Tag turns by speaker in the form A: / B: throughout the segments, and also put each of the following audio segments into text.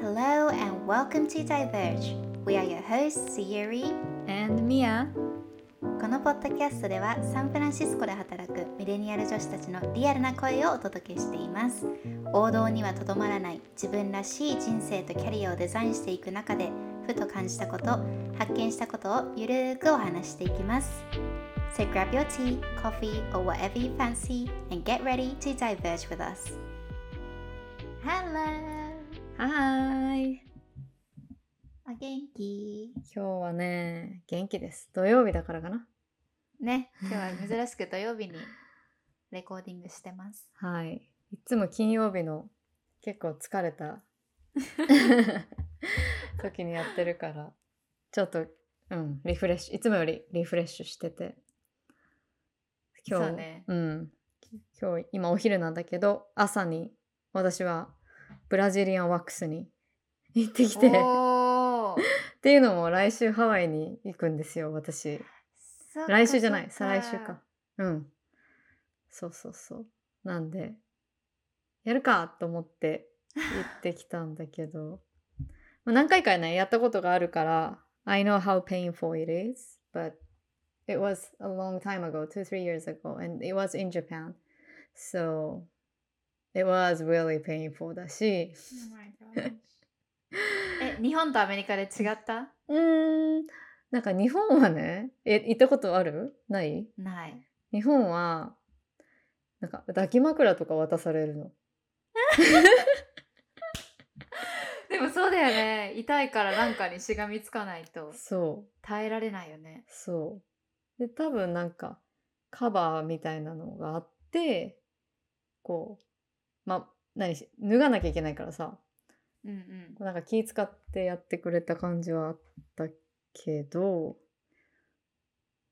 A: Hello and welcome to Diverge. We are your hosts, Yuri.
B: And Mia
A: このポッドキャストではサンフランシスコで働くミレニアル女子たちのリアルな声をお届けしています。王道にはとどまらない自分らしい人生とキャリアをデザインしていく中でふと感じたこと、発見したことをゆるーくお話していきます。So grab your tea, coffee, or whatever you fancy and get ready to diverge with us. Hello!
B: はーい
A: お元気
B: 今日はね元気です土曜日だからかな
A: ね、今日は珍しく土曜日にレコーディングしてます。
B: はいいつも金曜日の結構疲れた時にやってるからちょっとうんリフレッシュいつもよりリフレッシュしてて今
A: そ
B: 日
A: うね
B: うん今日今お昼なんだけど朝に私はブラジリアンワックスに行ってきてっ
A: おー
B: ていうのも来週ハワイに行くんですよ私。
A: そっか
B: 来週じゃない
A: そ
B: 再
A: っ
B: 来週かうんそうそうそうなんでやるかと思って行ってきたんだけど まあ何回かねやったことがあるから I know how painful it is but it was a long time ago two three years ago and it was in Japan so it was really painful だし
A: Oh my gosh え日本とアメリカで違った
B: うーんなんか日本はねえ行ったことあるない
A: ない
B: 日本はなんか抱き枕とか渡されるの
A: でもそうだよね痛いからなんかにしがみつかないと
B: そう
A: 耐えられないよね
B: そうで多分なんかカバーみたいなのがあってこうまあ何し脱がなきゃいけないからさ
A: うんうん
B: なんか気使ってやってくれた感じはあったけど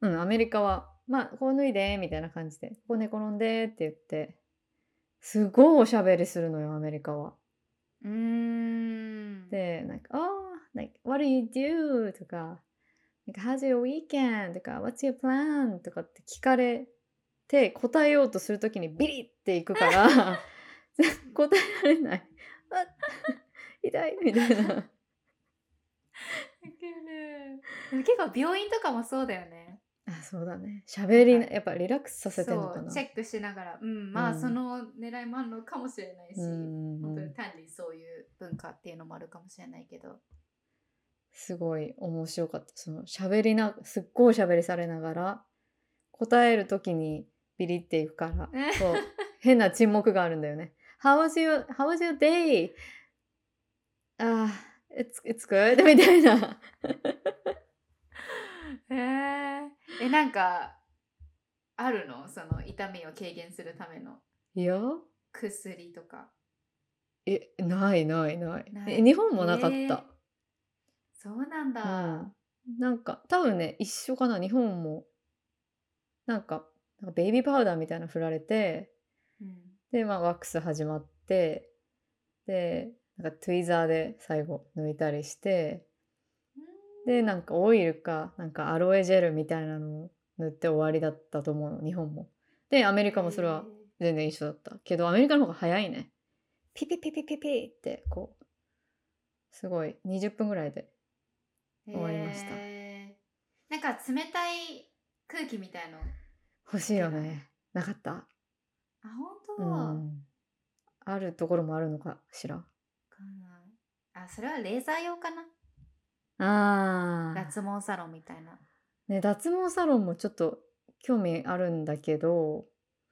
B: うんアメリカはまあこう脱いでみたいな感じでここ寝転んでって言ってすごいおしゃべりするのよアメリカは。
A: うーん
B: で、なんか、oh, like, what do you do? とか、なんか、how's your weekend? とか、what's your plan? とかって聞かれて、答えようとするときにビリってい くから、 答えられない。あ 痛いみたいな。
A: でも結構病院とかもそうだよね
B: あ、そうだね。喋りな、
A: は
B: やっぱリラックスさせてんのか
A: そう
B: な。
A: チェックしながらうんまあ、
B: うん
A: その狙いもあるのかもしれないし、
B: うん
A: 本当に単にそういう文化っていうのもあるかもしれないけど
B: すごい面白かった。その喋りな、すっごい喋りされながら、答えるときにビリっていくから、
A: ね
B: こう変な沈黙があるんだよね。How was your, how was your day? ああ、it's, it's good みたいな。
A: へええなんかあるのその痛みを軽減するための
B: いや、
A: 薬とか
B: え、ないないない。
A: ない
B: え日本もなかっ
A: えー
B: た。
A: そうなんだ、
B: うん、なんか多分ね一緒かな日本もなんかなんかベイビーパウダーみたいなの振られて
A: うん
B: で、まあ、ワックス始まってでなんかトゥイザーで最後抜いたりしてでなんかオイルかなんかアロエジェルみたいなのを塗って終わりだったと思うの日本も。でアメリカもそれは全然一緒だったけどアメリカの方が早いね。ピピピピピピってこうすごい20分ぐらいで
A: へえ
B: 終わりました
A: へえなんか冷たい空気みたいの
B: 欲しいよ
A: いけない
B: ね。なかった
A: あ本当、
B: うん、あるところもあるのかしら
A: かなあそれはレーザー用かな
B: あ
A: 脱毛サロンみたいな、
B: ね、脱毛サロンもちょっと興味あるんだけど、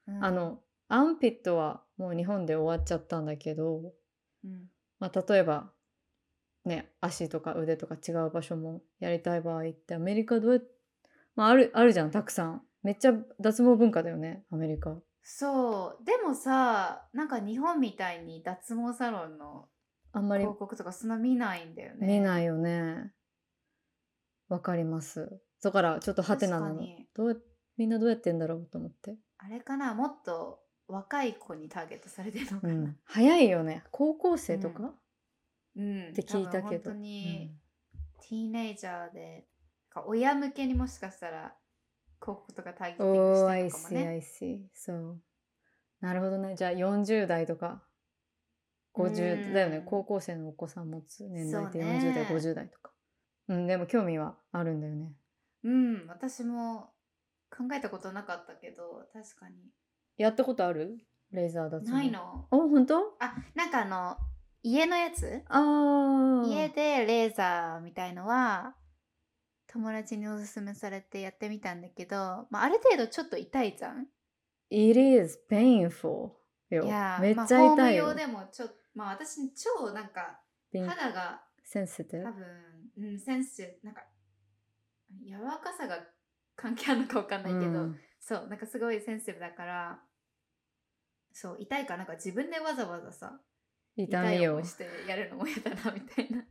A: うん
B: あ、のアンピットはもう日本で終わっちゃったんだけど、
A: うん
B: まあ、例えば、ね、足とか腕とか違う場所もやりたい場合ってアメリカどうやっまあ、あるあるじゃんたくさんめっちゃ脱毛文化だよねアメリカ
A: そうでもさなんか日本みたいに脱毛サロンの
B: あんまり
A: 広告とかそんな見ないんだよね
B: 見ないよねわかりますだからちょっとハテナな
A: 確
B: の
A: かに
B: どうやみんなどうやってんだろうと思って、
A: あれかなもっと若い子にターゲットされてるのか
B: う
A: な、うんん、
B: 早いよね高校生とか、
A: って
B: 聞いたけど
A: 本当にティーネイジャーで、なんか親向けにもしかしたら広告とかターゲテ
B: う
A: ィン
B: ん、
A: グし
B: おー
A: てる
B: I
A: のかも
B: see
A: ね
B: I see そうなるほどねじゃあ40代とか50、だよ
A: うん
B: ね高校生のお子さん持つ年代って
A: そうね
B: 40代、50代とかうんでも興味はあるんだよね
A: うん私も考えたことなかったけど確かに
B: やったことあるレーザー脱毛
A: ないの
B: あ本当
A: あなんかあの家のやつ
B: ああ
A: 家でレーザーみたいのは友達におすすめされてやってみたんだけど、まあ、ある程度ちょっと痛いじゃん
B: It is painful よ
A: いやー
B: めっちゃ痛
A: ま
B: い
A: あ、ホーム用
B: よ、
A: でもちょっとまあ私超なんか肌が
B: センシティ
A: 多
B: ブ
A: 分、うん、センスなんか柔らかさが関係あるのかわかんないけど、
B: うん
A: そうなんかすごいセンシティブだからそう痛いからなんか自分でわざわざさ
B: 痛み
A: 思
B: を
A: いしてやるのも嫌だなみたいな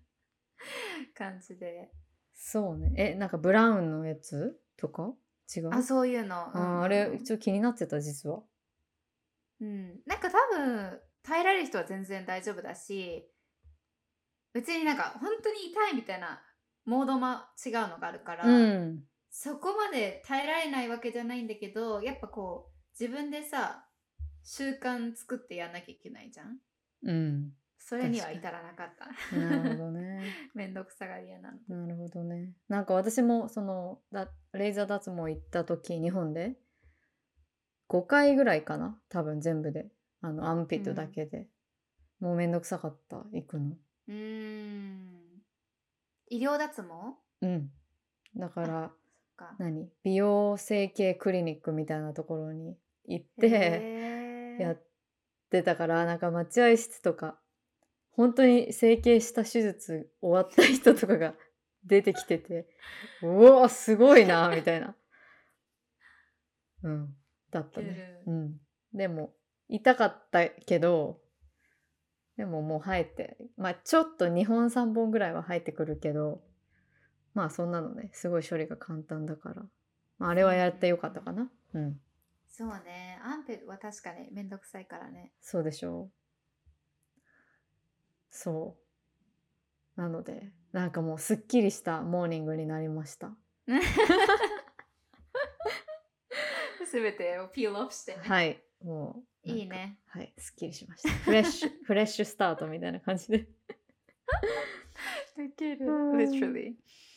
A: 感じで
B: そうねえなんかブラウンのやつとか違う
A: あそういうの
B: あーあれちょっと気になってた実は
A: うん、なんか多分耐えられる人は全然大丈夫だし別になんか本当に痛いみたいなモードも違うのがあるから、
B: うん
A: そこまで耐えられないわけじゃないんだけどやっぱこう自分でさ習慣作ってやんなきゃいけないじゃん
B: うん
A: それには
B: 確
A: 至らなかった
B: なるほどね
A: めんどくさがり屋なの
B: なるほどねなんか私もそのだレーザー脱毛行った時日本で5回ぐらいかな多分全部であのアンピットだけで、もうめんどくさかった行くの
A: うーん医療脱毛
B: うんだから
A: か
B: 何美容整形クリニックみたいなところに行って
A: へー
B: やってたからなんか待合室とか本当に整形した手術終わった人とかが出てきててうおーすごいなみたいなうんだった
A: いけ
B: ね、
A: る
B: うん、でも痛かったけどでももう生えてまあちょっと2本3本ぐらいは生えてくるけどまあそんなのねすごい処理が簡単だから、まあ、あれはやってよかったかなうん
A: そうねアンペは確かにめんどくさいからね
B: そうでしょう。そう。なので、なんかもうすっきりしたモーニングになりました。
A: すべてをピールオフして、
B: はい。もう。
A: いい
B: なんか。
A: ね。
B: はい。すっきりしました。フレッ シュ、フレッシュスタートみたいな感じで。
A: できる
B: うん
A: literally。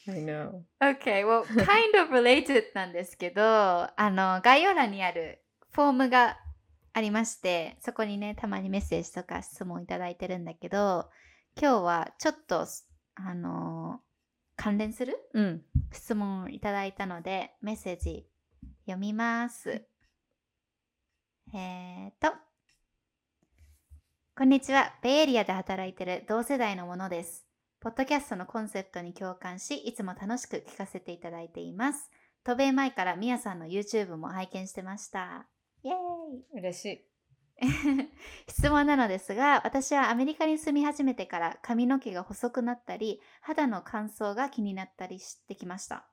B: I know.
A: Okay, well, kind of related なんですけど、あの、概要欄にあるフォームがありまして、そこにね、たまにメッセージとか質問いただいてるんだけど、今日はちょっと、あの、関連する
B: うん。
A: 質問をいただいたのでメッセージ読みます。えーと。こんにちは。ベイエリアで働いてる同世代のものです。ポッドキャストのコンセプトに共感し、いつも楽しく聞かせていただいています。渡米前からみやさんの YouTube も拝見してました。イエーイ
B: 嬉しい。
A: 質問なのですが私はアメリカに住み始めてから髪の毛が細くなったり肌の乾燥が気になったりしてきました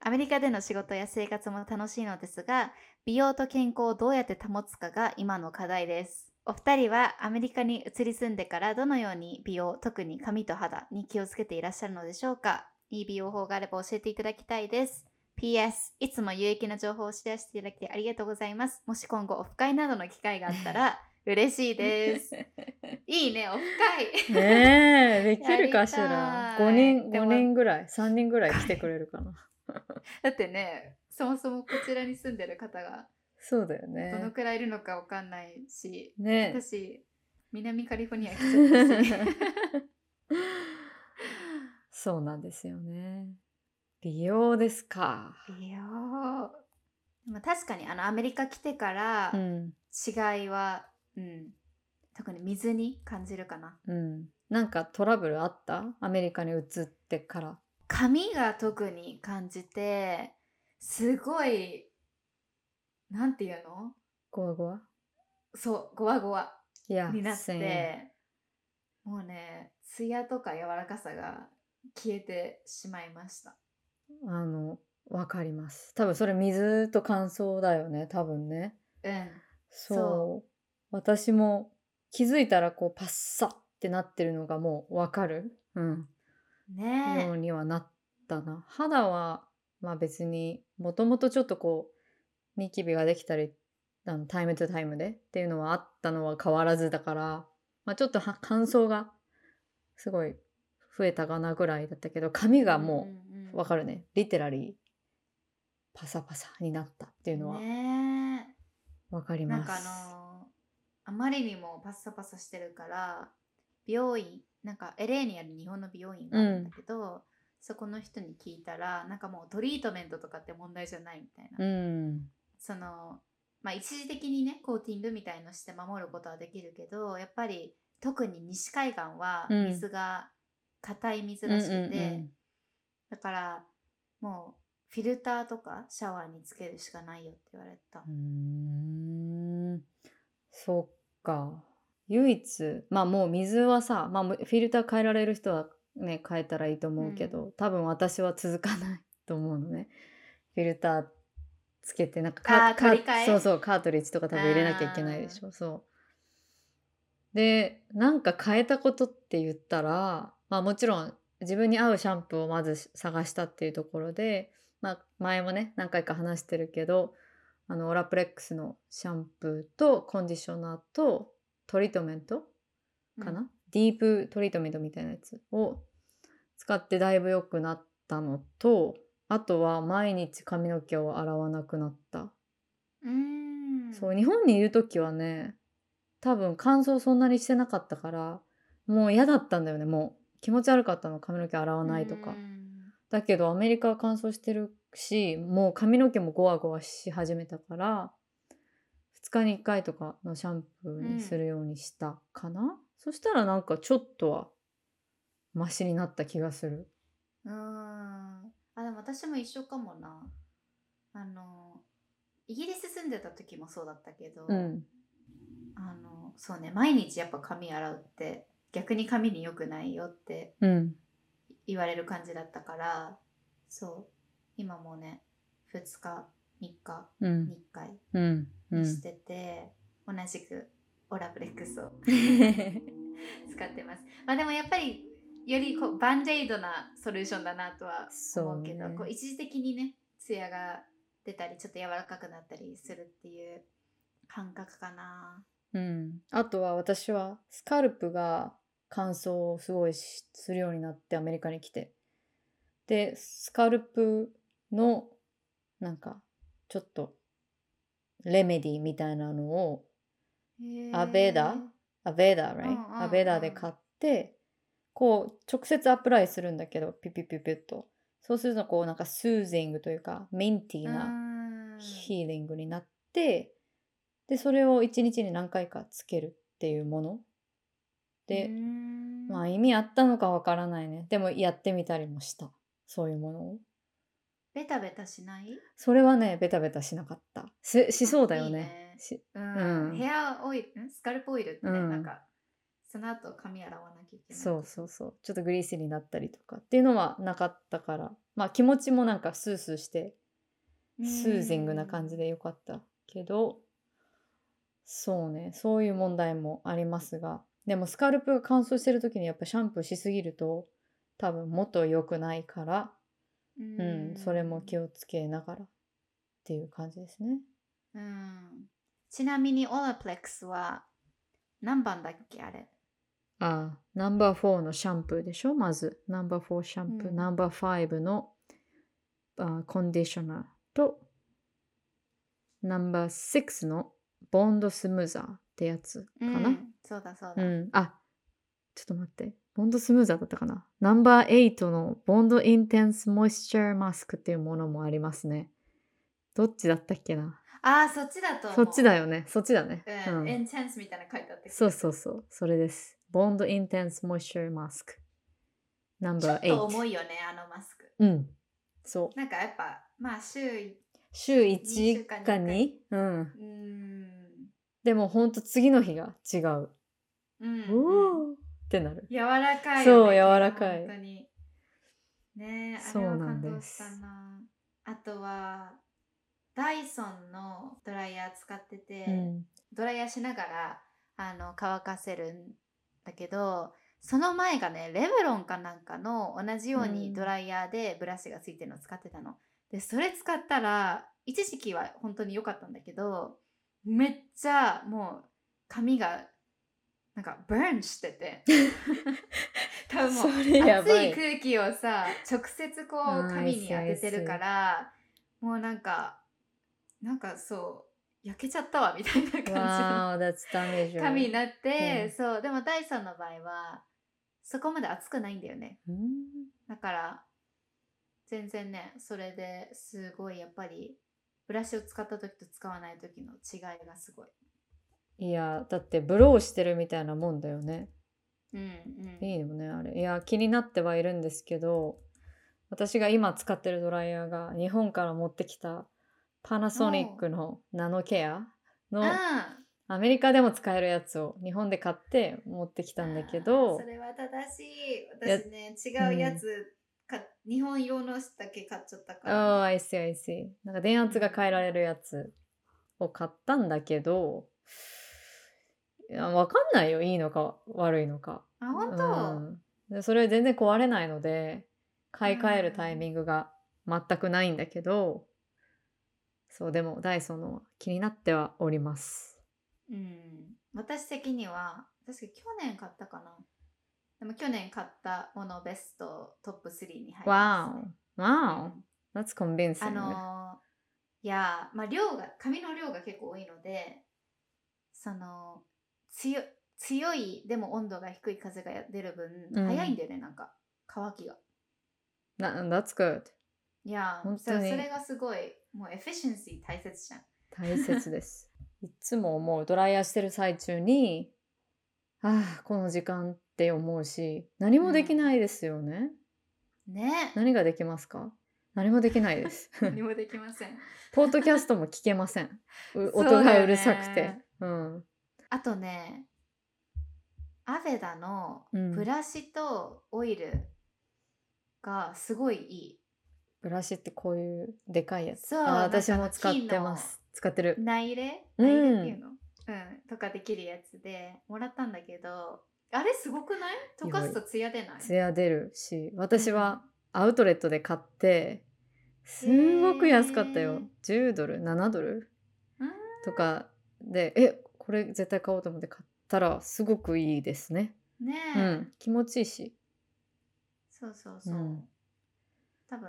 A: アメリカでの仕事や生活も楽しいのですが美容と健康をどうやって保つかが今の課題ですお二人はアメリカに移り住んでからどのように美容特に髪と肌に気をつけていらっしゃるのでしょうかいい美容法があれば教えていただきたいです PS いつも有益な情報をシェアしていただきありがとうございますもし今後オフ会などの機会があった ら嬉しいです。いいね、オフ会。
B: ね え、できるかし
A: や
B: ら。
A: りたい
B: 5人、
A: で
B: 5
A: も
B: 人ぐらい、3人ぐらい来てくれるかな。
A: だってね、そもそもこちらに住んでる方が
B: そうだよ
A: どの
B: ね。
A: くらいいるのかわかんないし、
B: ねえ。
A: 私、南カリフォルニア来ちゃ ったし。
B: そうなんですよね。美容ですか。
A: いやーでも確かにあのアメリカ来てから
B: うん。
A: 違いは、うん、特に水に感じるかな。
B: うん。なんかトラブルあったアメリカに移ってから。
A: 髪が特に感じて、すごい、なんていうの
B: ゴワゴワ
A: そう、ごわごわ。
B: いや、
A: になっ
B: same
A: てもうねツヤとか柔らかさが消えてしまいました
B: あの、わかります。多分それ水と乾燥だよね、多分ね。
A: うん
B: そう。
A: そ
B: 私も気づいたらこうパッサってなってるのがもうわかる。うん。
A: ね
B: ようにはなったな。肌は、まあ別にもともとちょっとこう、ニキビができたり、あのタイムトゥタイムでっていうのはあったのは変わらずだから、まあ、ちょっとは感想がすごい増えたかなぐらいだったけど髪がもうわ
A: る
B: かるねリテラリーパサパサになったっていうのは
A: ねえ
B: わかり
A: なん
B: ま
A: か
B: す。
A: あのーあまりにもパッサパサしてるから美容院なんか LA にある日本の美容院があるんだけど、そこの人に聞いたらなんかもうトリートメントとかって問題じゃないみたいな、
B: うん
A: そのまあ一時的にねコーティングみたいのして守ることはできるけどやっぱり特に西海岸は
B: うん
A: 水が硬い水
B: うんう
A: ら
B: ん
A: しくて、だからもうフィルターとかシャワーにつけるしかないよって言われた
B: う。んうーんそっか唯一まあもう水はさ、まあ、フィルター変えられる人はね変えたらいいと思うけど、多分私は続かない と思うのねフィルターつけてなんか
A: あー取り替え
B: そうそうカートリッジとか多分入れなきゃいけないでしょそうでなんか変えたことって言ったらまあもちろん自分に合うシャンプーをまず探したっていうところで、まあ、前もね何回か話してるけどあのオラプレックスのシャンプーとコンディショナーとトリートメントかな、ディープトリートメントみたいなやつを使ってだいぶ良くなったのとあとは毎日髪の毛を洗わなくなった、
A: うん、うん
B: そう日本にいる時はね多分乾燥そんなにしてなかったからもう嫌だったんだよねもう気持ち悪かったの髪の毛洗わないとか、
A: うん
B: だけどアメリカは乾燥してるしもう髪の毛もゴワゴワし始めたから2日に1回とかのシャンプーにするようにしたかな、そしたらなんかちょっとはマシになった気がする
A: うーんあでも私も一緒かもなあのイギリス住んでた時もそうだったけど、
B: うん
A: あのそうね毎日やっぱ髪洗うって逆に髪に良くないよって
B: うん
A: 言われる感じだったからそう今もね2日3日
B: う
A: に1
B: ん
A: 回
B: うんう
A: にし
B: ん
A: てて、同じくオラブレックスを使ってますまあでもやっぱりよりこうバンデイドなソリューションだなとは思うけど
B: そうね
A: こう一時的にねツヤが出たりちょっと柔らかくなったりするっていう感覚かな
B: うんあとは私はスカルプが乾燥をすごいしするようになってアメリカに来てでスカルプのなんかちょっとレメディみたいなのをアベダアベーダー、
A: うん
B: right?
A: うんうん
B: アベーダーで買って、こう、直接アプライするんだけど、ピュピュピュピュっと。そうすると、こう、なんかスーゼングというか、メンティーな
A: な
B: ヒーリングになって、で、それを一日に何回かつけるっていうもの。で、まあ、意味あったのかわからないね。でも、やってみたりもした。そういうものを。
A: ベタベタしない、
B: それはね、ベタベタしなかった。ししそうだよ
A: いい
B: ね
A: ね。
B: し
A: うん
B: うん
A: ヘアオイルんスカルプオイルってね、
B: うん
A: なんかその後髪洗わなきゃいけない
B: そうそうそうちょっとグリースになったりとかっていうのはなかったからまあ気持ちもなんかスースーして
A: うん
B: スージングな感じでよかったけどそうねそういう問題もありますがでもスカルプが乾燥してる時にやっぱシャンプーしすぎると多分もっと良くないから
A: う
B: うんそれも気をつけながらっていう感じですね
A: うんちなみにオラプレックスは何番だっけあれ
B: ああ、ナンバー4のシャンプーでしょまず、ナンバー4シャンプー、
A: うん
B: ナンバー5のあーコンディショナーと、ナンバー6のボンドスムーザーってやつか
A: う
B: な。
A: んそうだそう
B: う
A: だ、
B: ん、あ、ちょっと待って。ボンドスムーザーだったかな。ナンバー8のボンドインテンスモイスチャーマスクっていうものもありますね。どっちだったっけな
A: ああそっちだと思
B: そうっちだよね。そっちだね。
A: うん、エンチャンスみたいなの書いてあったけど
B: そうそうそう、それです。ボンドインテンスモイスチャーマスク。ナン
A: ちょ
B: バ
A: っ
B: ー
A: と重
B: 8。
A: いよねあのマスク
B: うん。そう。
A: なんかやっぱまあ週いう
B: 週
A: 二週
B: 1
A: 間に
B: かに。う
A: ー
B: ん。
A: ん
B: でもほんと次の日が違う。
A: うん
B: うおーってなる。
A: 柔らかい
B: そう
A: よね
B: 柔らかい
A: 本当にねえあ
B: そ
A: れ
B: う
A: は
B: なん
A: 感動
B: で
A: し
B: す
A: たなあとはダイソンのドライヤー使ってて、
B: うん。
A: ドライヤーしながらあの乾かせるんだけどその前がねレブロンかなんかの同じよう
B: う
A: に
B: ん
A: ドライヤーでブラシがついてるのを使ってたの。でそれ使ったら一時期は本当に良かったんだけどめっちゃもう髪がなんかバーンして て多分もう
B: そ れや
A: 熱
B: ばい
A: い空気をさ直接こ
B: あ
A: う
B: ー
A: 髪に当
B: アイ
A: て
B: ス
A: て
B: アイス
A: るからもうなんかなんかそう焼けちゃったわみたいな感
B: Wow, that's
A: じ
B: damaging.
A: の髪になって、
B: うん
A: そうでもダイソンの場合はそこまで熱くないんだよね
B: うん
A: だから全然ねそれですごいやっぱりブラシを使った時と使わない時の違いがすごい。
B: いや、だってブローしてるみたいなもんだよね。
A: うんうん、
B: いいよね、あれ。いや、気になってはいるんですけど、私が今使ってるドライヤーが日本から持ってきたパナソニックのナノケアの
A: あ
B: アメリカでも使えるやつを日本で買って持ってきたんだけ
A: あー
B: ど
A: そ、れは正しい
B: や
A: 私ね違うやつか、日本用のだけ買っちゃったから
B: ああ、I see, I see. なんか電圧が変えられるやつを買ったんだけど、いやわかんないよ、いいのか悪いのか。
A: あ本当、
B: うん、でそれ全然壊れないので買い替えるタイミングが全くないんだけど、そうでもダイソンのは気になってはおります
A: うん私的には確か去年買ったかなでも去年買ったものベストトップ3に入り
B: わ
A: ますね、
B: おわ
A: うん
B: お That's convincing
A: あのーいやーまあ量が髪の量が結構多いのでその強い強いでも温度が低い風が出る分、
B: うん
A: 早いんだよねなんか乾きが
B: な That's good
A: いやー
B: 本
A: そ
B: 当に
A: それがすごいもうエフィシェンシー大切じゃん
B: 大切です いつも思うドライヤーしてる最中にああこの時間って思うし何もできないですよね、
A: ね
B: 何ができますか何もできないです
A: 何もできません
B: ポッドキャストも聞けません。う
A: そう
B: 音
A: だ
B: が
A: よね
B: うるさくて。うん。
A: あとねアベダの
B: うん
A: ブラシとオイルがすごいい
B: ブラシってこういうでかい
A: い、
B: やつ。
A: そう
B: あー私
A: なん
B: も
A: か
B: 使ってま
A: 木の
B: す。使ってる。
A: 内入れ
B: うん
A: 内入れっていうの、うんとかできるやつでもらったんだけどあれすごくない溶かすとツヤ出ない
B: ツヤ出るし、私はアウトレットで買って、すんごく安かったよ。10ドル、7ドル
A: うん
B: とかで、え、これ絶対買おうと思って買ったらすごくいいですね。
A: ね
B: う
A: え、
B: ん。気持ちいいし。
A: そうそうそう、
B: うん
A: 多分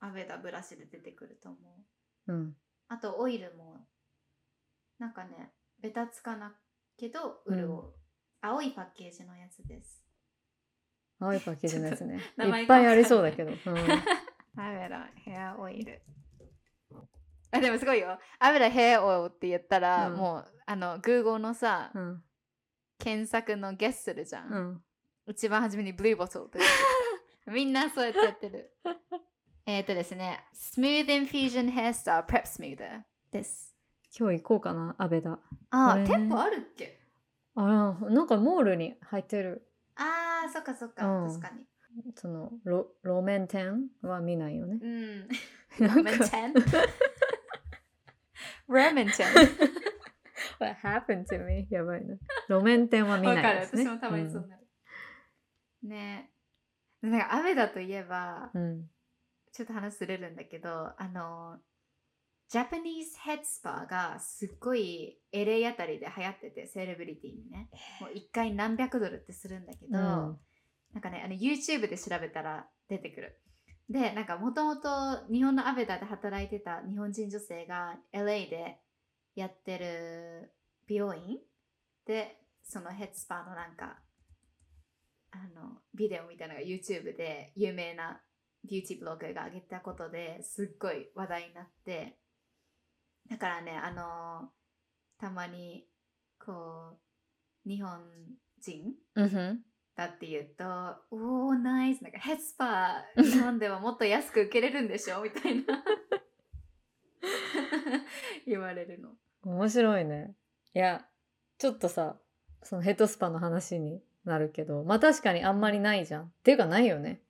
A: アベダブラシで出てくると思う
B: うん。
A: あとオイルもなんかねベタつかなけど潤う、青いパッケージのやつです
B: 青いパッケージのやつね。
A: ちょっと名前
B: いっぱいありそうだけど。う
A: ア
B: ん、
A: ベラヘアオイル。あでもすごいよ。アベラヘアオイルって言ったら、
B: うん
A: もうあの Google のさ、
B: うん。
A: 検索のゲッスルじゃん。
B: うん。
A: 一番初めにブルーボトルって出て くる。みんなそうやってやって る。えっとですね、Smooth Infusion Hairstyle Prep Smoother です。
B: 今日行こうかな、アベダ。
A: あ、
B: これね
A: 店舗あるっけ
B: あら、なんかモールに入ってる、
A: あー、そっかそっか、
B: うん
A: 確かに。
B: その、ろ路面店は見ないよね。
A: うん。
B: なん
A: ラーメンチ
B: か、
A: ェンラーメンチェン
B: What happened to me? やばいな。路面店は見
A: わか
B: ない
A: る、
B: ですね。
A: 私もたまにそうなる。ねえ。なんか雨だといえば、
B: うん。うん
A: ちょっと話ずれるんだけど、あの、ジャパニーズヘッドスパがすっごい LA あたりで流行ってて、セレブリティにね。もう一回何百ドルってするんだけど、
B: うん
A: なんかね、あの YouTube で調べたら出てくる。で、なんかもともと日本のアベダで働いてた日本人女性が LA でやってる美容院で、そのヘッドスパのなんか、あの、ビデオみたいなのが YouTube で有名なビューティーブログが上げたことですっごい話題になって、だからね、あのたまにこう、日本人
B: うんふん。
A: だって言うと、おー、ナイス、なんかヘスパー、日本ではもっと安く受けれるんでしょみたいな 言われるの。
B: 面白いね。いや、ちょっとさ、そのヘッドスパの話になるけど、まあ確かにあんまりないじゃん。っていうかないよね。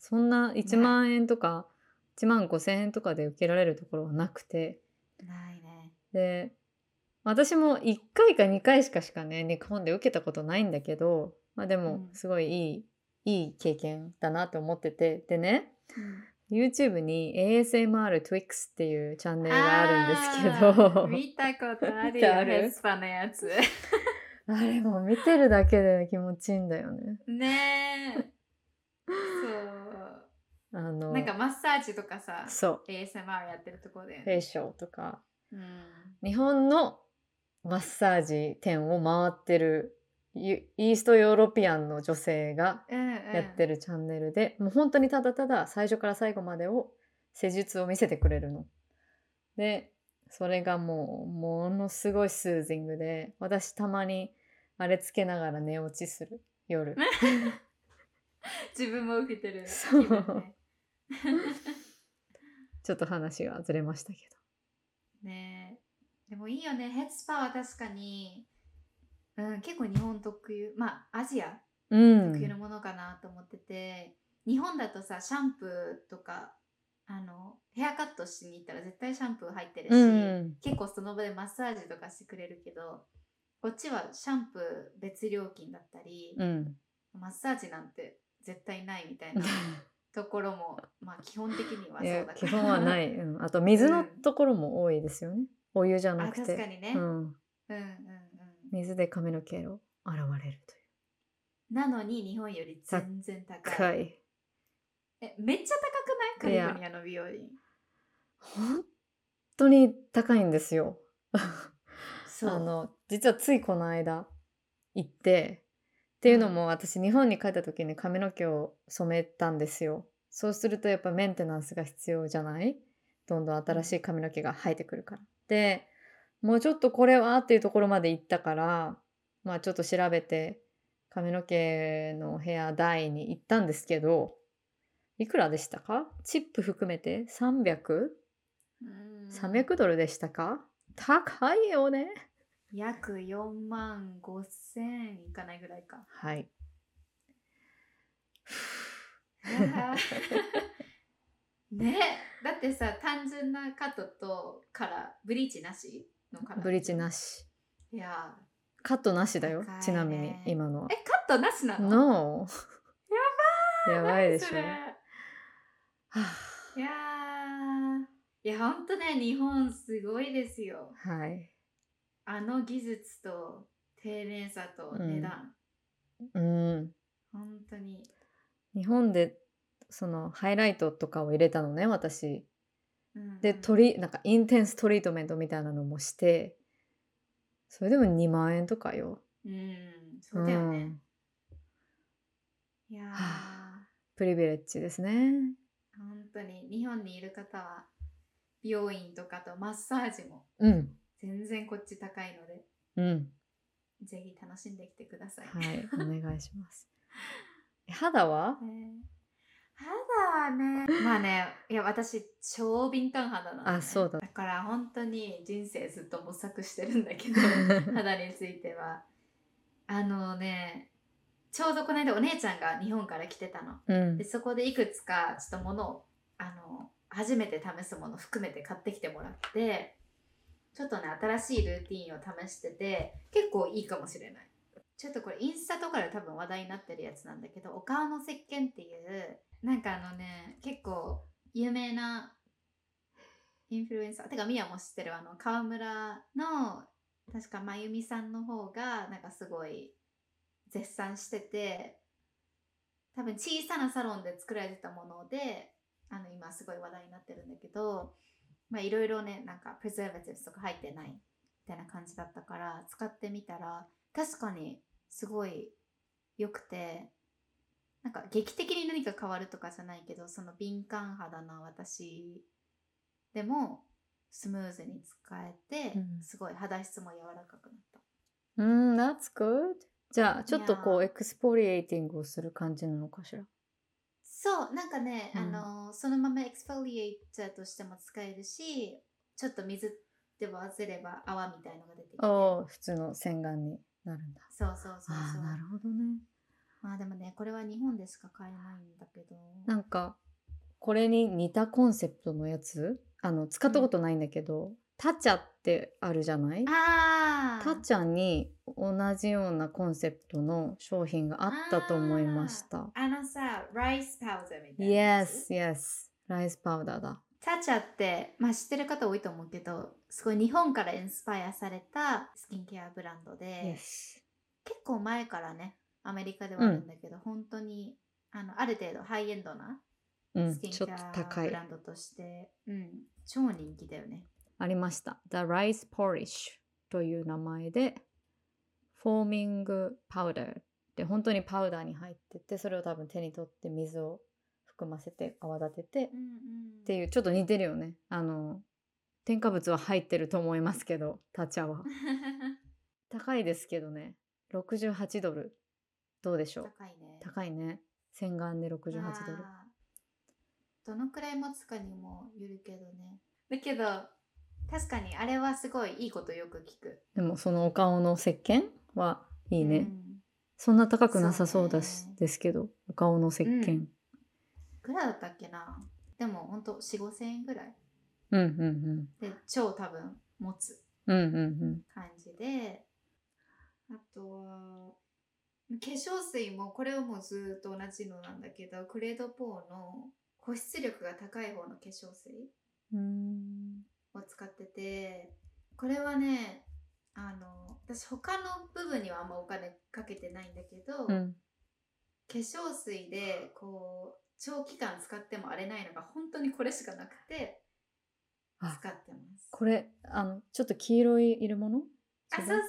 B: そんな1万円とか、1万5千円とかで受けられるところはなくて、
A: ないね。
B: で私も1回か2回しかしかね日本で受けたことないんだけど、まあ、でも
A: うん
B: すごいいい、いい経験だなと思っててでね YouTube に ASMRTwix っていうチャンネルがあるんですけ
A: あー
B: ど
A: 見たことある
B: 見て
A: よ、
B: ある
A: ヘスパーのやつ。
B: あれもう見てるだけで気持ちいいんだよね。
A: ねえそ
B: あの
A: うなんかマッサージとかさ
B: そう
A: ASMR やってるとこだよ
B: フェ
A: ね、
B: イシャルとか
A: うん、
B: 日本のマッサージ店を回ってるゆイーストヨーロピアンの女性がや
A: や
B: って
A: る。
B: るチャンネルで、もう本当にただただ最初から最後までを施術を見せてくれるの。でそれがもうものすごいスージングで私たまにあれつけながら寝落ちする夜。
A: 自分も受けてる。
B: そう
A: 気分ね。
B: ちょっと話がずれましたけ
A: ねえでもいいよね。ヘッドスパは確かに、うん、結構日本特有、まあアジア
B: ど。うん。
A: 特有のものかなと思ってて、日本だとさ、シャンプーとか、あの、ヘアカットしに行ったら絶対シャンプー入ってるし、
B: うん、
A: 結構その場でマッサージとかしてくれるけど、こっちはシャンプー別料金だったり、
B: うん、
A: マッサージなんて絶対ないみたいなところも、まあ基本的にはそう
B: いや
A: だから。
B: 基本 はない、うん、あと水のところも多いですよね、お湯じゃな
A: あ
B: く
A: 確か
B: て、
A: にね、
B: う
A: うん、
B: ん、
A: うんうん
B: 水で髪の毛を洗われるという
A: なのに日本より全然高
B: 深
A: い
B: い
A: えめっちゃ高くない
B: い
A: カリ
B: や
A: フォルニアの美容院
B: 本当に高いんですよ
A: そう
B: あの実はついこの間行ってっていうのも私日本に帰った時に髪の毛を染めたんですよそうするとやっぱメンテナンスが必要じゃないどんどん新しい髪の毛が生えてくるからでもうちょっとこれはっていうところまで行ったからまあちょっと調べて髪の毛のヘア台に行ったんですけどいくらでしたかチップ含めて 300?
A: うん
B: 300ドルでしたか高いよね
A: 約4万5千いかないぐらい か
B: はい
A: ねだってさ単純なカットとカラーブリーチなしのカラー
B: ブリーチなし
A: いや
B: カットなしだよ、
A: 高いね
B: ちなみに今のは
A: ーえカットなしなの
B: No やばいでし
A: そ
B: ょ
A: れ
B: はあ
A: いやーいやほんとね日本すごいですよ
B: はい
A: あの技術と丁寧さと値段、
B: うん
A: 本当に
B: 日本でそのハイライトとかを入れたのね私
A: うん
B: でトリなんかインテンストリートメントみたいなのもしてそれでも2万円とかよ
A: うんそうだよ
B: う
A: ね
B: ん、
A: いやー
B: はあプリビレッジですね
A: 本当に日本にいる方は美容院とかとマッサージも
B: うん
A: 全然こっち高いので
B: うん
A: ぜひ楽しんできてください、
B: はいお願いします 肌は
A: ね肌はねまあねいや私超敏感肌なの、ね、
B: あそうだ
A: だから本当に人生ずっと模索してるんだ けど肌についてはあのねちょうどこの間お姉ちゃんが日本から来てたの
B: うん
A: でそこでいくつかちょっと物をあの初めて試すもの含めて買ってきてもらってちょっとね新しいルーティンを試してて結構いいかもしれないちょっとこれインスタとかで多分話題になってるやつなんだけどお顔の石鹸っていうなんかあのね結構有名なインフルエンサーてかミヤも知ってるあの川村の確か真由美さんの方がなんかすごい絶賛してて多分小さなサロンで作られてたものであの今すごい話題になってるんだけどまあいろいろねなんかプレゼーバティブスとか入ってないみたいな感じだったから使ってみたら確かにすごい良くてなんか劇的に何か変わるとかじゃないけどその敏感肌な私でもスムーズに使えて、
B: うん
A: すごい肌質も柔らかくなった。
B: うん、that's good. じゃあ、ちょっとこう、
A: い
B: エクスポリエイティングをする感じなのかしら。
A: そうなんかね、
B: うん
A: あのそのままエクスフォリエイターとしても使えるしちょっと水で混ぜれば泡みたいのが出てきて
B: おー普通の洗顔になるんだ。
A: そうそうそう
B: あ
A: そ
B: あ、
A: う
B: なるほどね。
A: まあでもねこれは日本でしか買えないんだけど
B: なんか、これに似たコンセプトのやつ、あの、使ったことないんだけど、タチャってあるじゃない
A: ああ
B: タチャに同じようなコンセプトの商品があったと思いました。
A: あのさライスパウダーみたいなやつ
B: Yes, yes. ライスパウダーだ。
A: タチャって、まあ、知ってる方多いと思うけどすごい日本からインスパイアされたスキンケアブランドで、
B: Yes.
A: 結構前からねアメリカではあるんだけど、本当にあのある程度ハイエンドな
B: うん、
A: スキン
B: ち
A: ケ
B: ょっと
A: ア
B: 高
A: ブ
B: い
A: ラ。ンドとして、うん、超人気だよね。
B: ありました。The Rice Polish という名前で、フォーミングパウダーで本当にパウダーに入ってて、それを多分手に取って水を含ませて泡立ててっ
A: うんうん、
B: ていう、ちょっと似てるよね。あの、添加物は入ってると思いますけど、タチャは。高いですけどね。68ドル。どうでしょう
A: 高いね。
B: 高いね。洗顔で68ドル。
A: まあどのくらい持つかにもよるけどね。だけど確かにあれはすごいいいことよく聞く。
B: でもそのお顔の石鹸はいいね。
A: うん
B: そんな高くなさそうだし
A: そうね
B: ですけど、お顔の石
A: う
B: 鹸
A: ん。いくらだったっけなでもほんと4 5千円ぐらい
B: うんうん
A: で超多分持つ
B: うん。うんうん
A: 感じであとは化粧水もこれはもうずーっと同じのなんだけどクレードポーの保湿力が高い方の化粧水
B: うん。
A: を使っててこれはねあの私他の部分にはあんまお金かけてないんだけど、
B: う
A: 化
B: ん。
A: 粧水でこう長期間使っても荒れないのが本当にこれしかなくて使
B: あ
A: ってます。
B: これ、あの、ちょっと黄色いいるもの
A: あ
B: 違
A: そうう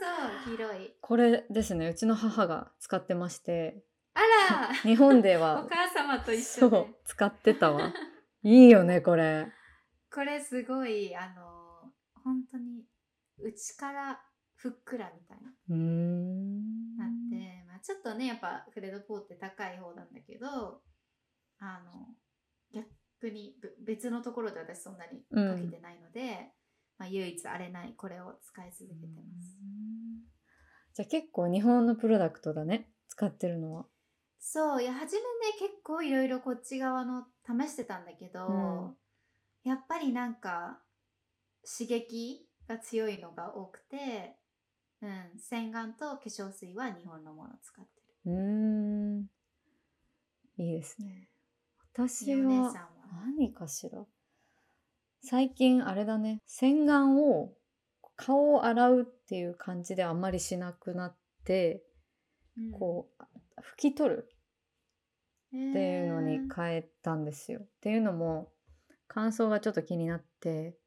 A: そう黄色い。
B: これですね、うちの母が使ってまして、
A: あ ら
B: 日本で
A: お
B: は、
A: 母様と一
B: そ
A: 緒で、
B: う、使ってたわ。いい よね、これ。
A: これすごいあの本当に内からふっくらみたいな
B: うーん。
A: なって、まあ、ちょっとねやっぱクレドポーって高い方なんだけどあの逆にぶ別のところで私そんなにかけてないので、まあ、唯一荒れないこれを使い続けてます、
B: うんじゃあ結構日本のプロダクトだね、使ってるのは。
A: そういや初めね結構いろいろこっち側の試してたんだけど、
B: うん
A: やっぱりなんか刺激が強いのが多くて、うん、洗顔と化粧水は日本のものを使ってる
B: うーん。いいですね。私
A: お姉さん
B: は
A: は
B: 何かしら。最近あれだね、洗顔を顔を洗うっていう感じであんまりしなくなって、
A: うん
B: こう、拭き取る
A: っ
B: っていうのに変えたんですよ。っていうのも乾燥がちょっと気になって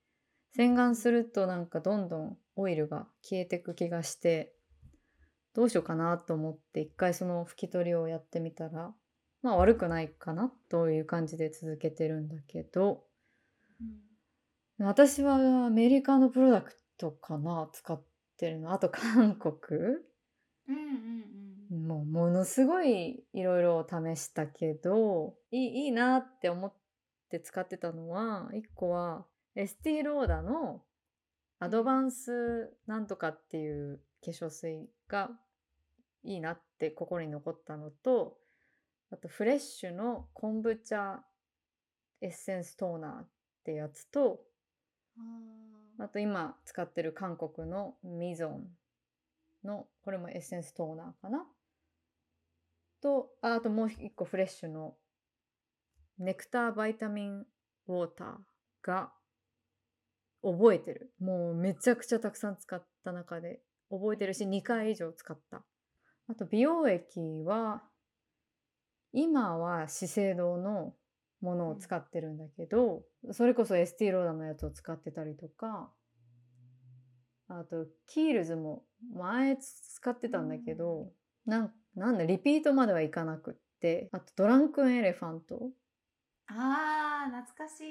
B: 洗顔するとなんかどんどんオイルが消えてく気がしてどうしようかなと思って一回その拭き取りをやってみたらまあ悪くないかなという感じで続けてるんだけど私はアメリカのプロダクトかな使ってるのあと韓国
A: うんうんうん
B: もうものすごいいろいろ試したけどいいいいなって思って使ってたのは1個はエスティローダのアドバンスなんとかっていう化粧水がいいなって心に残ったのとあとフレッシュの昆布茶エッセンストーナーってやつと
A: あー
B: あと今使ってる韓国のミゾンの、これもエッセンストーナーかなと、ああともう一個フレッシュのネクターバイタミンウォーターが覚えてる。もうめちゃくちゃたくさん使った中で覚えてるし、2回以上使った。あと美容液は、今は資生堂のものを使ってるんだけど、それこそエスティローダのやつを使ってたりとか、あと、キールズも前使ってたんだけど、なんなんだ、リピートまではいかなくって、あとドランクンエレファント
A: あー懐かし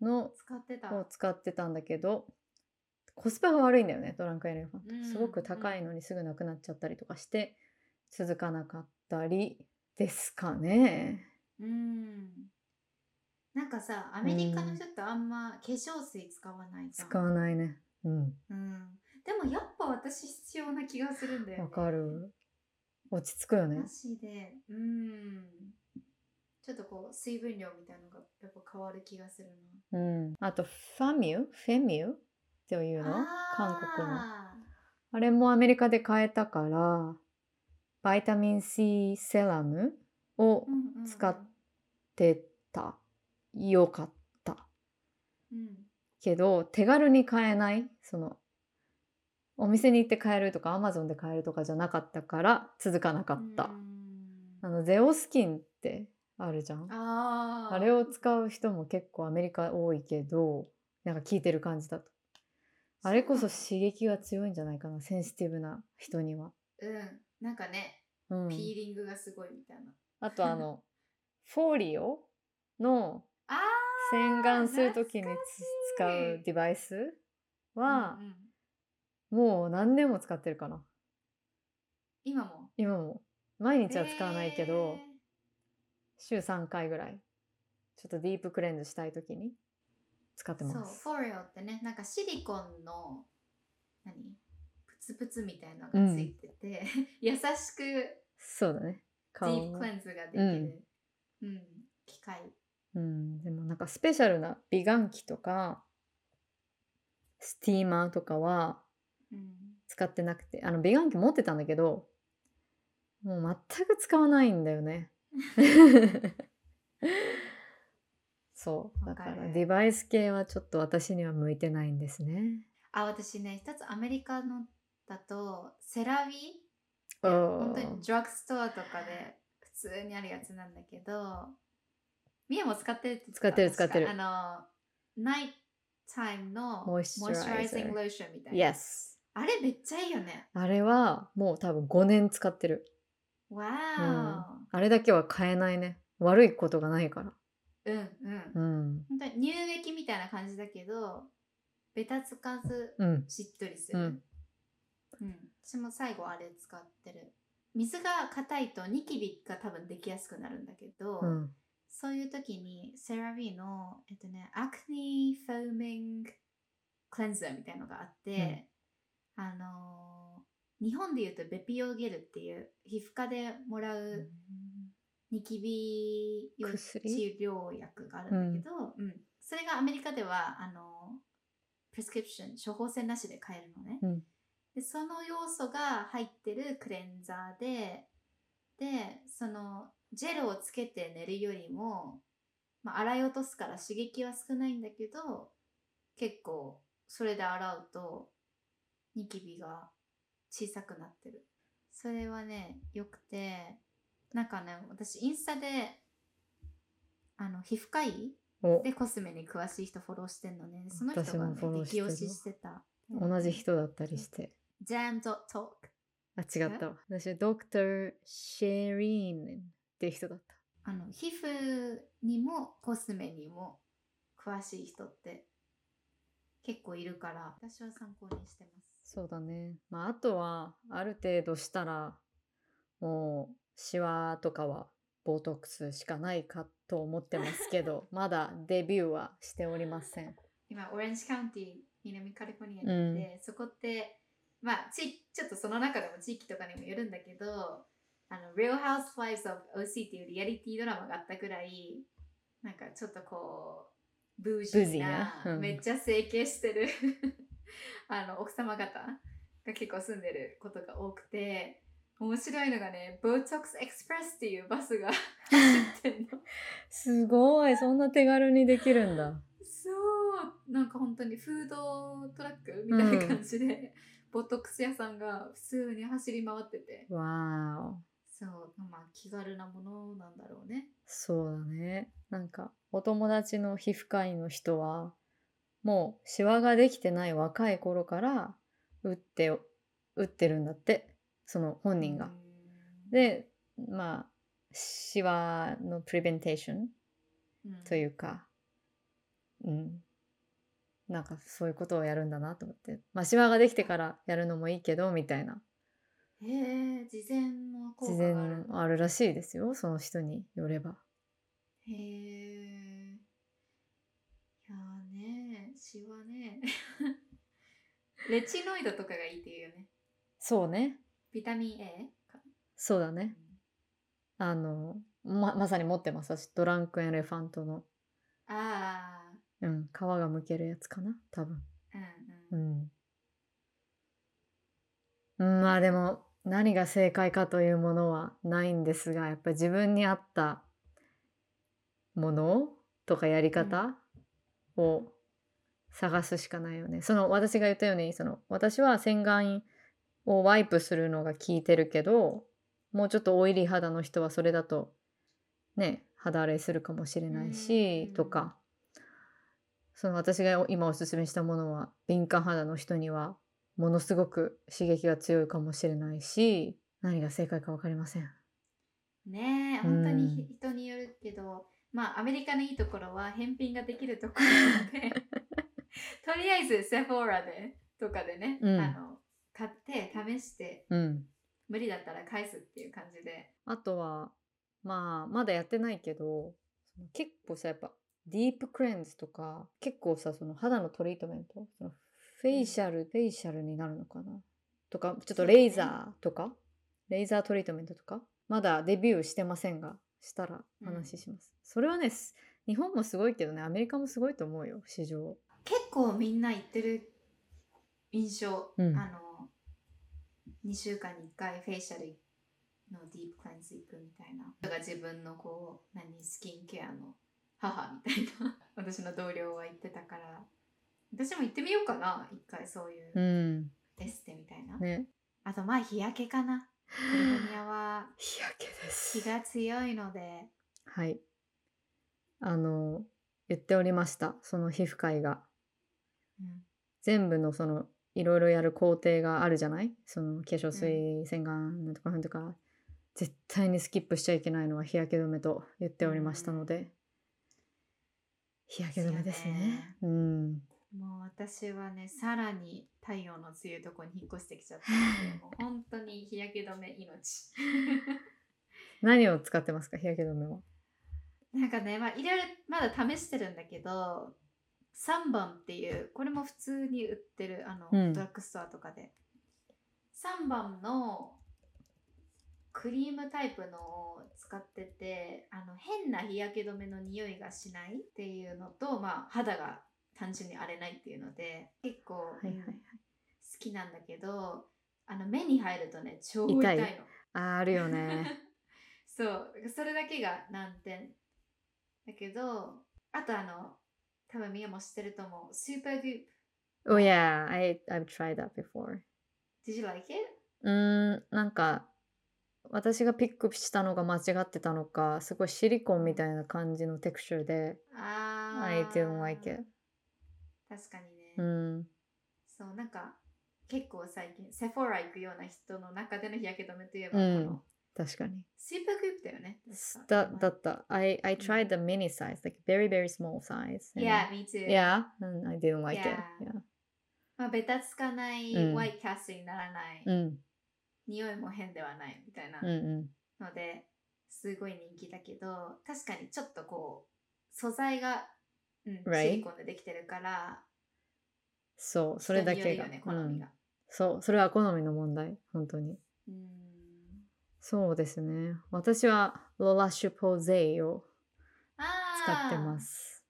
A: い
B: の
A: 使ってた
B: を使ってたんだけど、コスパが悪いんだよね、ドランクンエレファント。
A: うん
B: すごく高いのにすぐなくなっちゃったりとかして、続かなかったりですかね。
A: うんなんかさアメリカの人ってあんま化粧水使わないじゃん
B: 使わないね。うん。
A: うん、でもやっぱ私必要な気がするんだよ、ね、
B: わかる。落ち着くよね
A: マ。ジでうんちょっとこう水分量みたいのがやっぱ変わる気がする
B: うん。あと、ファミュフェミュっていう
A: な
B: の韓国の。
A: あ
B: あれもアメリカで買えたから、バイタミン C セラムを
A: ーうんうんうん
B: 使っ出た。よかった。
A: うん
B: けど、手軽に買えない、その、お店に行って買えるとかアマゾンで買えるとかじゃなかったから続かなかった、
A: うん
B: あのゼオスキンってあるじゃんあ
A: あー
B: れを使う人も結構アメリカ多いけどなんか聞いてる感じだとあれこそ刺激が強いんじゃないかなセンシティブな人には、
A: うんなんかね、
B: うん、
A: ピーリングがすごいみたいな
B: あと あのフォーリオの
A: あ
B: 洗顔するときにつ
A: 懐かしい
B: 使うデバイス
A: ー
B: は
A: うんうん
B: もう何年も使ってるかな
A: 今も
B: 今も毎日は使わないけど、
A: えー
B: 週3回ぐらいちょっとディープクレンズしたいときに使ってます
A: そうフォレオってねなんかシリコンの何プツプツみたいなのがついてて、 優しくデ
B: そうだね
A: ィ
B: 顔
A: ープ
B: も
A: クレンズができる、うん機械
B: うんでもなんかスペシャルな美顔器とかスティーマーとかは
A: うん
B: 使ってなくてあの美顔器持ってたんだけどもう全く使わないんだよ ねそうだ
A: わ
B: か
A: からる
B: デバイス系はちょっと私には向いてないんですね
A: あ私ね一つアメリカのだとセラビ
B: あ
A: 本当に
B: ー
A: ドラッグストアとかで普通にあるやつなんだけどミエも使ってるって言た
B: 使ってる使ってる
A: 確かあのナイタイムの
B: モイスチュライザー
A: moisturizing lotion みたいな、
B: Yes
A: あれめっちゃいいよね
B: あれはもう多分5年使ってる
A: わ
B: あれだけは変えないね悪いことがないから
A: ー、うん、うん
B: うん
A: 本当に乳液みたいな感じだけどベタつかず
B: うん
A: しっとりする、
B: うん
A: うん私も最後あれ使ってる水が硬いとニキビが多分できやすくなるんだけど、
B: うん
A: そういう時にセラビーの、えっとね、アクニフォーミングクレンザーみたいのがあって、あのー日本で言うとベピオゲルっていう皮膚科でもらうニキビ用治
B: 薬
A: 療薬があるんだけど、うんそれがアメリカではあのプレスクリプション処方箋なしで買えるのね、
B: うん
A: でその要素が入ってるクレンザーででそのジェルをつけて寝るよりも、まあ、洗い落とすから刺激は少ないんだけど結構それで洗うとニキビが小さくなってるそれはねよくてなんかね私インスタであの皮膚科医
B: お
A: でコスメに詳しい人フォローしてんのねその人
B: 私
A: が、
B: も
A: ね
B: フォロ、ーして
A: 激
B: る
A: 推ししてた
B: 同じ人だったりして
A: ジャムドットーク
B: あ違ったわ私はドクター・シェリーンっていう人だった
A: あの皮膚にもコスメにも詳しい人って結構いるから私は参考にしてます
B: そうだねまああとはある程度したらもうシワとかはボトックスしかないかと思ってます けどまだデビューはしておりません
A: 今オレンジカウンティ南カリフォルニアにいて、そこってまあちちょっとその中でも地域とかにもよるんだけど「あの Real Housewives of OC」っていうリアリティドラマがあったくらいなんかちょっとこうブージ
B: ブージ
A: ー
B: ー
A: な
B: なうん
A: めっちゃ整形してる あの奥様方が結構住んでることが多くて面白いのがね「Botox Express」っていうバスが 走ってんの。
B: すごいそんな手軽にできるんだ
A: そうなんか本当にフードトラックみたいな感じで、ボトックス屋さんが普通に走り回ってて
B: わーお
A: そうまあ気軽なものなんだろうね
B: そうだねなんかお友達の皮膚科医の人はもうシワができてない若い頃から打って打ってるんだってその本人が、
A: うん
B: でまあシワのプレベンテーション
A: うん
B: というかうんなんかそういうことをやるんだなと思ってまあシワができてからやるのもいいけどみたいな
A: へえ事前の効
B: 事
A: 果
B: 前
A: がある
B: あるらしいですよその人によれば
A: へえいやーねシワね レチノイドとかがいいっていうよね
B: そうね
A: ビタミン A か
B: そうだねあのままさに持ってます私ドランクエレファントの、
A: ああ
B: うん、皮がむけるやつかな多分
A: うん
B: う
A: うん、
B: んうんまあでも何が正解かというものはないんですがやっぱり自分に合ったものとかやり方を探すしかないよね。その私が言ったようにその私は洗顔をワイプするのが効いてるけどもうちょっとオイリー肌の人はそれだとね肌荒れするかもしれないし、
A: うん
B: とかその私が今おすすめしたものは敏感肌の人にはものすごく刺激が強いかもしれないし何が正解か分かりません。
A: ねえ
B: うん
A: 本当にひ人によるけど、まあアメリカのいいところは返品ができるところなの でとりあえずセフォーラでとかでね、
B: うん
A: あの買って試して
B: うん、
A: 無理だったら返すっていう感じで
B: あとは、まあ、まだやってないけど、その結構さ、やっぱ、ディープクレンズとか、結構さ、その肌のトリートメント、そのフェイシャル、フェイシャルになるのかなとか、ちょっとレイザーとか、レイザートリートメントとか、まだデビューしてませんが、したら話します。それはね、す日本もすごいけどね、アメリカもすごいと思うよ、市場。
A: 結構みんな行ってる印象、
B: うん、
A: あの2週間に1回フェイシャルのディープクレンズ行くみたいなだから自分のこう何スキンケアの母みたいな 私の同僚は行ってたから私も行ってみようかな一回そういううんエステみたいな、
B: ね。
A: あとまあ日焼けかなカリフォルニアは
B: 日焼けで
A: 日
B: す。
A: が強いので
B: はい。あの、言っておりました、その皮膚科医が。
A: うん
B: 全部のそのいろいろやる工程があるじゃないその化粧水洗顔なんとかなんとか、絶対にスキップしちゃいけないのは日焼け止めと言っておりましたので、日焼け止めですねうん
A: もう私はねさらに太陽の強いところに引っ越してきちゃったので もう本当に日焼け止め命
B: 何を使ってますか日焼け止めは
A: なんかねまあいろいろまだ試してるんだけど3番っていうこれも普通に売ってるあの、
B: うん
A: ドラッグストアとかで3番のクリームタイプのを使っててあの変な日焼け止めの匂いがしないっていうのと、まあ、肌が単純に荒れないっていうので結構、
B: はいはいはい
A: 好きなんだけどあの目に入るとね超痛
B: 痛
A: い
B: い
A: の
B: あーあるよ ね
A: そうそれだけが難点だけどあとあの多分みんなも知ってると思うスーパーグループ
B: Oh yeah I, I've tried that before
A: Did you like it?
B: うーんなんか私がピックしたのが間違ってたのかすごいシリコンみたいな感じのテクスチャーで
A: あ
B: I didn't like it
A: 確かにね、
B: うん
A: そうなんか結構最近セフォーラ行くような人の中での日焼け止めといえば、
B: うん
A: この
B: 確かに
A: スーパーグループだよね
B: S- that だ
A: 確か
B: った I I tried the mini size like very very small size and-
A: Yeah, me too
B: yeah and I didn't like it
A: Yeah. まあベタつかない、
B: うん
A: ワイキャストにならない、
B: yeah うん
A: 匂いも変ではないみたいな、
B: うんう
A: のですごい人気だけど確かにちょっとこう素材が、うん、
B: Right.
A: シリコンでできてるから
B: そうそれだ
A: 人
B: け
A: によ
B: が
A: るよね
B: う
A: 好み
B: ん
A: が、
B: そうそれは好みの問題本当に
A: うん、
B: そうですね私はロラッシュポゼイを
A: あー
B: 使ってます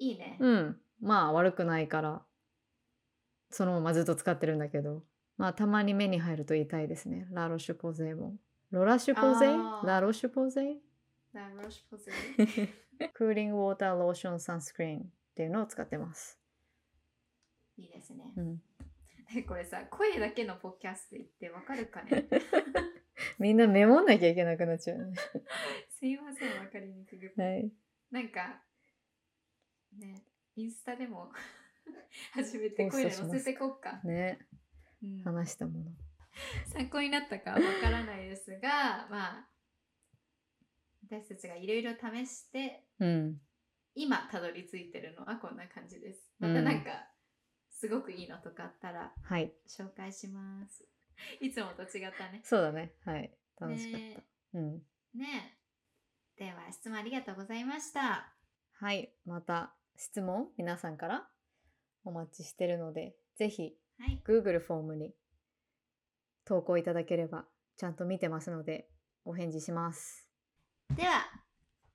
A: いいね、
B: うんまあ悪くないからそのままずっと使ってるんだけどまあたまに目に入ると痛いですねラロッシュポゼイもロラッシュポゼイ
A: あー
B: ラロッシュポゼイ
A: ラロシュポゼ
B: クーリングウォーターローションサンスクリーンっていうのを使ってます。
A: いいですね
B: う、ん、
A: これさ声だけのポッキャスト言ってわかるか ね
B: みんなメモんなきゃいけなくなっちゃうね。
A: すいませんわかりにくく、
B: はい。
A: なんかねインスタでも 初めて声で載せてこっか、
B: ね、
A: うん
B: 話したもの。
A: 参考になったかわからないですがまあ私たちがいろいろ試して
B: うん。
A: 今たどり着いてるのはこんな感じです
B: う
A: ま
B: ん
A: たなんか、すごくいいのとかあったら
B: はい。
A: 紹介しますいつもと違ったね
B: そうだね。はい。楽しかっ
A: ね
B: た。うん。
A: ねえでは質問ありがとうございました
B: はい。また質問皆さんからお待ちしてるので、ぜひ
A: はい
B: Google フォームに投稿いただければちゃんと見てますのでお返事します。
A: では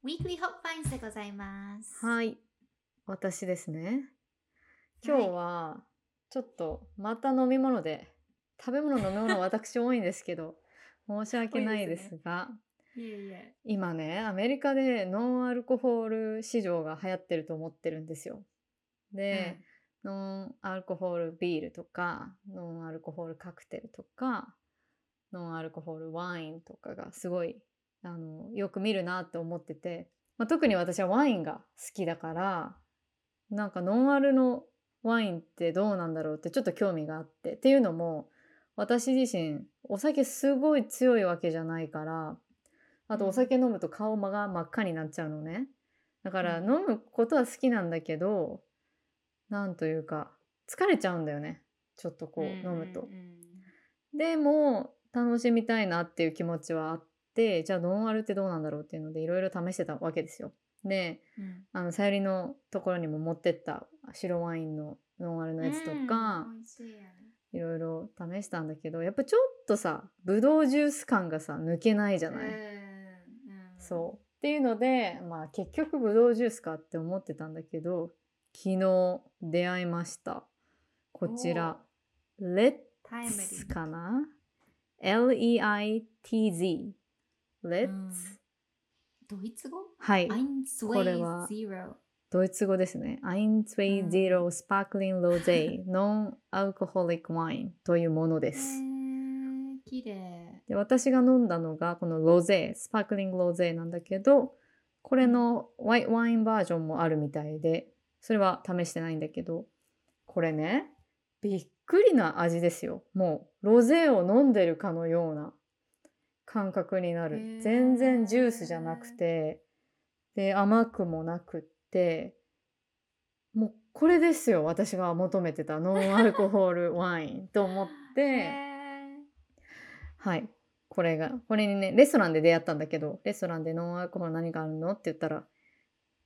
A: Weekly Hot Finds でございます
B: はい。私ですね。今日はちょっとまた飲み物で食べ物飲み物私多いんですけ ど申し訳ないですが
A: いえいえ
B: 今ねアメリカでノンアルコホール市場が流行ってると思ってるんですよ。で、ノンアルコホールビールとかノンアルコホールカクテルとかノンアルコホールワインとかがすごいあのよく見るなと思ってて、まあ、特に私はワインが好きだからなんかノンアルのワインってどうなんだろうってちょっと興味があってっていうのも私自身お酒すごい強いわけじゃないからあとお酒飲むと顔が真っ赤になっちゃうのねだから
A: う
B: 飲むことは好きなんだけどなんというか疲れちゃうんだよねちょっとこう飲むと
A: うん。うん
B: でも楽しみたいなっていう気持ちはあってじゃあノンアルってどうなんだろうっていうのでいろいろ試してたわけですよ。で
A: うん
B: あのさゆりのところにも持ってった白ワインのノンアルのやつとか
A: うん美味しいよね
B: いろいろ試したんだけどやっぱちょっとさブドウジュース感がさ抜けないじゃない。
A: うんうん
B: そうっていうので、まあ、結局ブドウジュースかって思ってたんだけど昨日出会いましたこちらレッ
A: タイムリ
B: ツ
A: ー
B: かな ?L-E-I-T-Z レ
A: う
B: ッツ、
A: んドイツ語
B: はい
A: アインスウ
B: こ
A: ェイ
B: れは
A: ゼロ
B: ドイツ語ですね120 Sparkling Rosé Non-Alcoholic Wine というもので
A: へ
B: す、
A: ー綺麗
B: で私が飲んだのがこのロゼスパークリングロゼなんだけどこれのワイワインバージョンもあるみたいでそれは試してないんだけどこれねびっくりな味ですよもうロゼを飲んでるかのような感覚にな
A: へ
B: る
A: ー
B: 全然ジュースじゃなくてで甘くもなくってもうこれですよ私が求めてたノンアルコホールワインと思って。
A: へ
B: はい。これが、これにね、レストランで出会ったんだけど、レストランでノンアルコール何があるのって言ったら、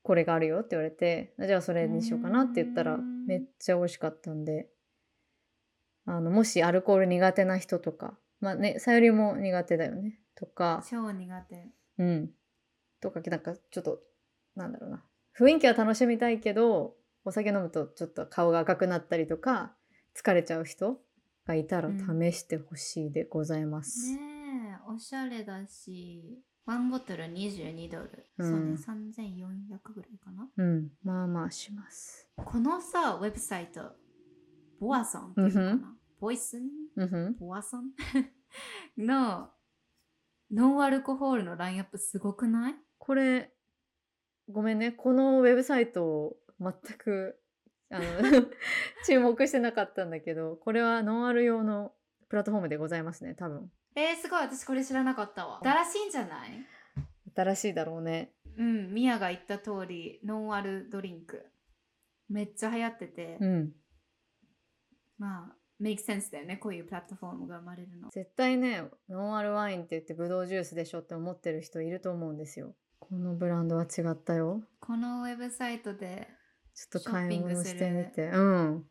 B: これがあるよって言われて、じゃあそれにしようかなって言ったら、
A: うん
B: めっちゃ美味しかったんで、あの、もしアルコール苦手な人とか、まあね、さゆりも苦手だよね、と
A: ー
B: か、
A: 超苦手
B: うん。とか、なんかちょっと、なんだろうな。雰囲気は楽しみたいけど、お酒飲むとちょっと顔が赤くなったりとか、疲れちゃう人がいたら試してほしいでございます。
A: ねえおしゃれだしワンボトル22ドル、
B: うん
A: そうね3400ぐらいかな
B: うん、まあまあします。
A: このさウェブサイトボアソンっていうのかな、
B: うん
A: ボイスン
B: うんふん。
A: ボアソン のノンアルコホールのラインアップすごくない
B: これ、ごめんね、このウェブサイトを全く、 あの、注目してなかったんだけど、これはノンアル用のプラットフォームでございますね、多分。
A: えー、すごい私これ知らなかったわ新しいんじゃない
B: 新しいだろうね。
A: うんミヤが言った通りノンアルドリンクめっちゃ流行ってて、
B: うん。
A: まあメイクセンスだよねこういうプラットフォームが生まれるの
B: 絶対ね、ノンアルワインって言ってブドウジュースでしょって思ってる人いると思うんですよ。このブランドは違ったよ。
A: このウェブサイトで
B: ちょっと買い物
A: ショッ
B: し
A: ピ
B: て
A: ングする
B: みて。うん。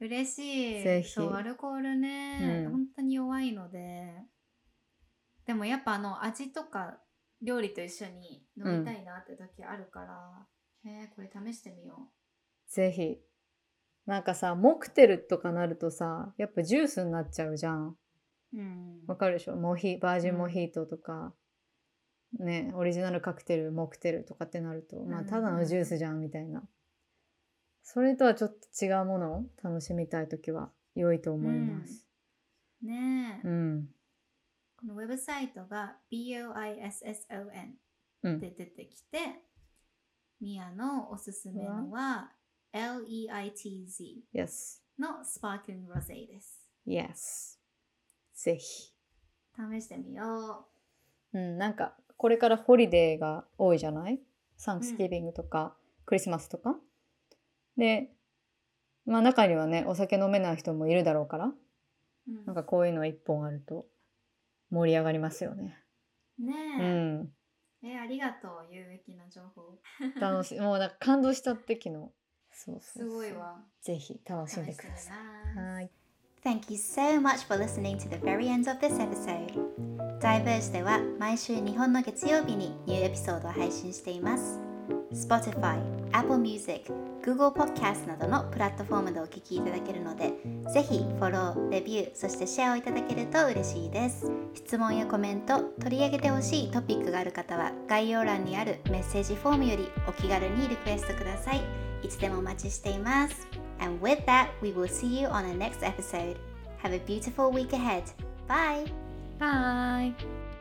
A: 嬉しい
B: ぜひ
A: そうアルコールね、
B: うん
A: 本当に弱いのででもやっぱあの味とか料理と一緒に飲みたいなって時あるから、えーこれ試してみよ
B: ぜひ。なんかさ、モクテルとかなるとさ、やっぱジュースになっちゃうじゃん。
A: う、うん、
B: わかるでしょモヒバージ
A: う
B: ン
A: ん
B: モヒートとか、ねオリジナルカクテルモクテルとかってなると、まあ
A: うん
B: ただのジュースじゃんみたいなそれとはちょっと違うものを楽しみたい時は良いと思います
A: ねえ、
B: うん
A: このウェブサイトが BOISSON
B: うん
A: で出てきて、ミヤのおすすめのは LEITZ
B: Yes
A: のスパークリングロゼです。
B: Yes ぜひ
A: 試してみよ
B: うんなんかこれからホリデーが多いじゃないサンクスギビングとか、クリスマスとかでまあ中にはねお酒飲めない人もいるだろうから
A: う。うん
B: なんかこういうの一本あると盛り上がりますよね。
A: ね
B: う
A: え、
B: ん。
A: えありがとう有益な情報。
B: 楽しい。もうなんか感動した時の。そうそうそ
A: す
B: う
A: ごい。わ。
B: ぜひ楽
A: 試
B: しんで
A: し
B: く
A: て
B: ださ
A: み
B: い。
A: ます。
B: はい。
A: Thank you so much for listening to the very end of this episode. Diverge では毎週日本の月曜日にニューエピソードを配信しています。Spotify、Apple Music、Google Podcast などのプラットフォームでお聞きいただけるので、ぜひフォロー、レビュー、そしてシェアをいただけると嬉しいです。質問やコメント、取り上げてほしいトピックがある方は、概要欄にあるメッセージフォームよりお気軽にリクエストください。いつでもお待ちしています。 And with that, we will see you on the next episode. Have a beautiful week ahead. Bye!
B: バイ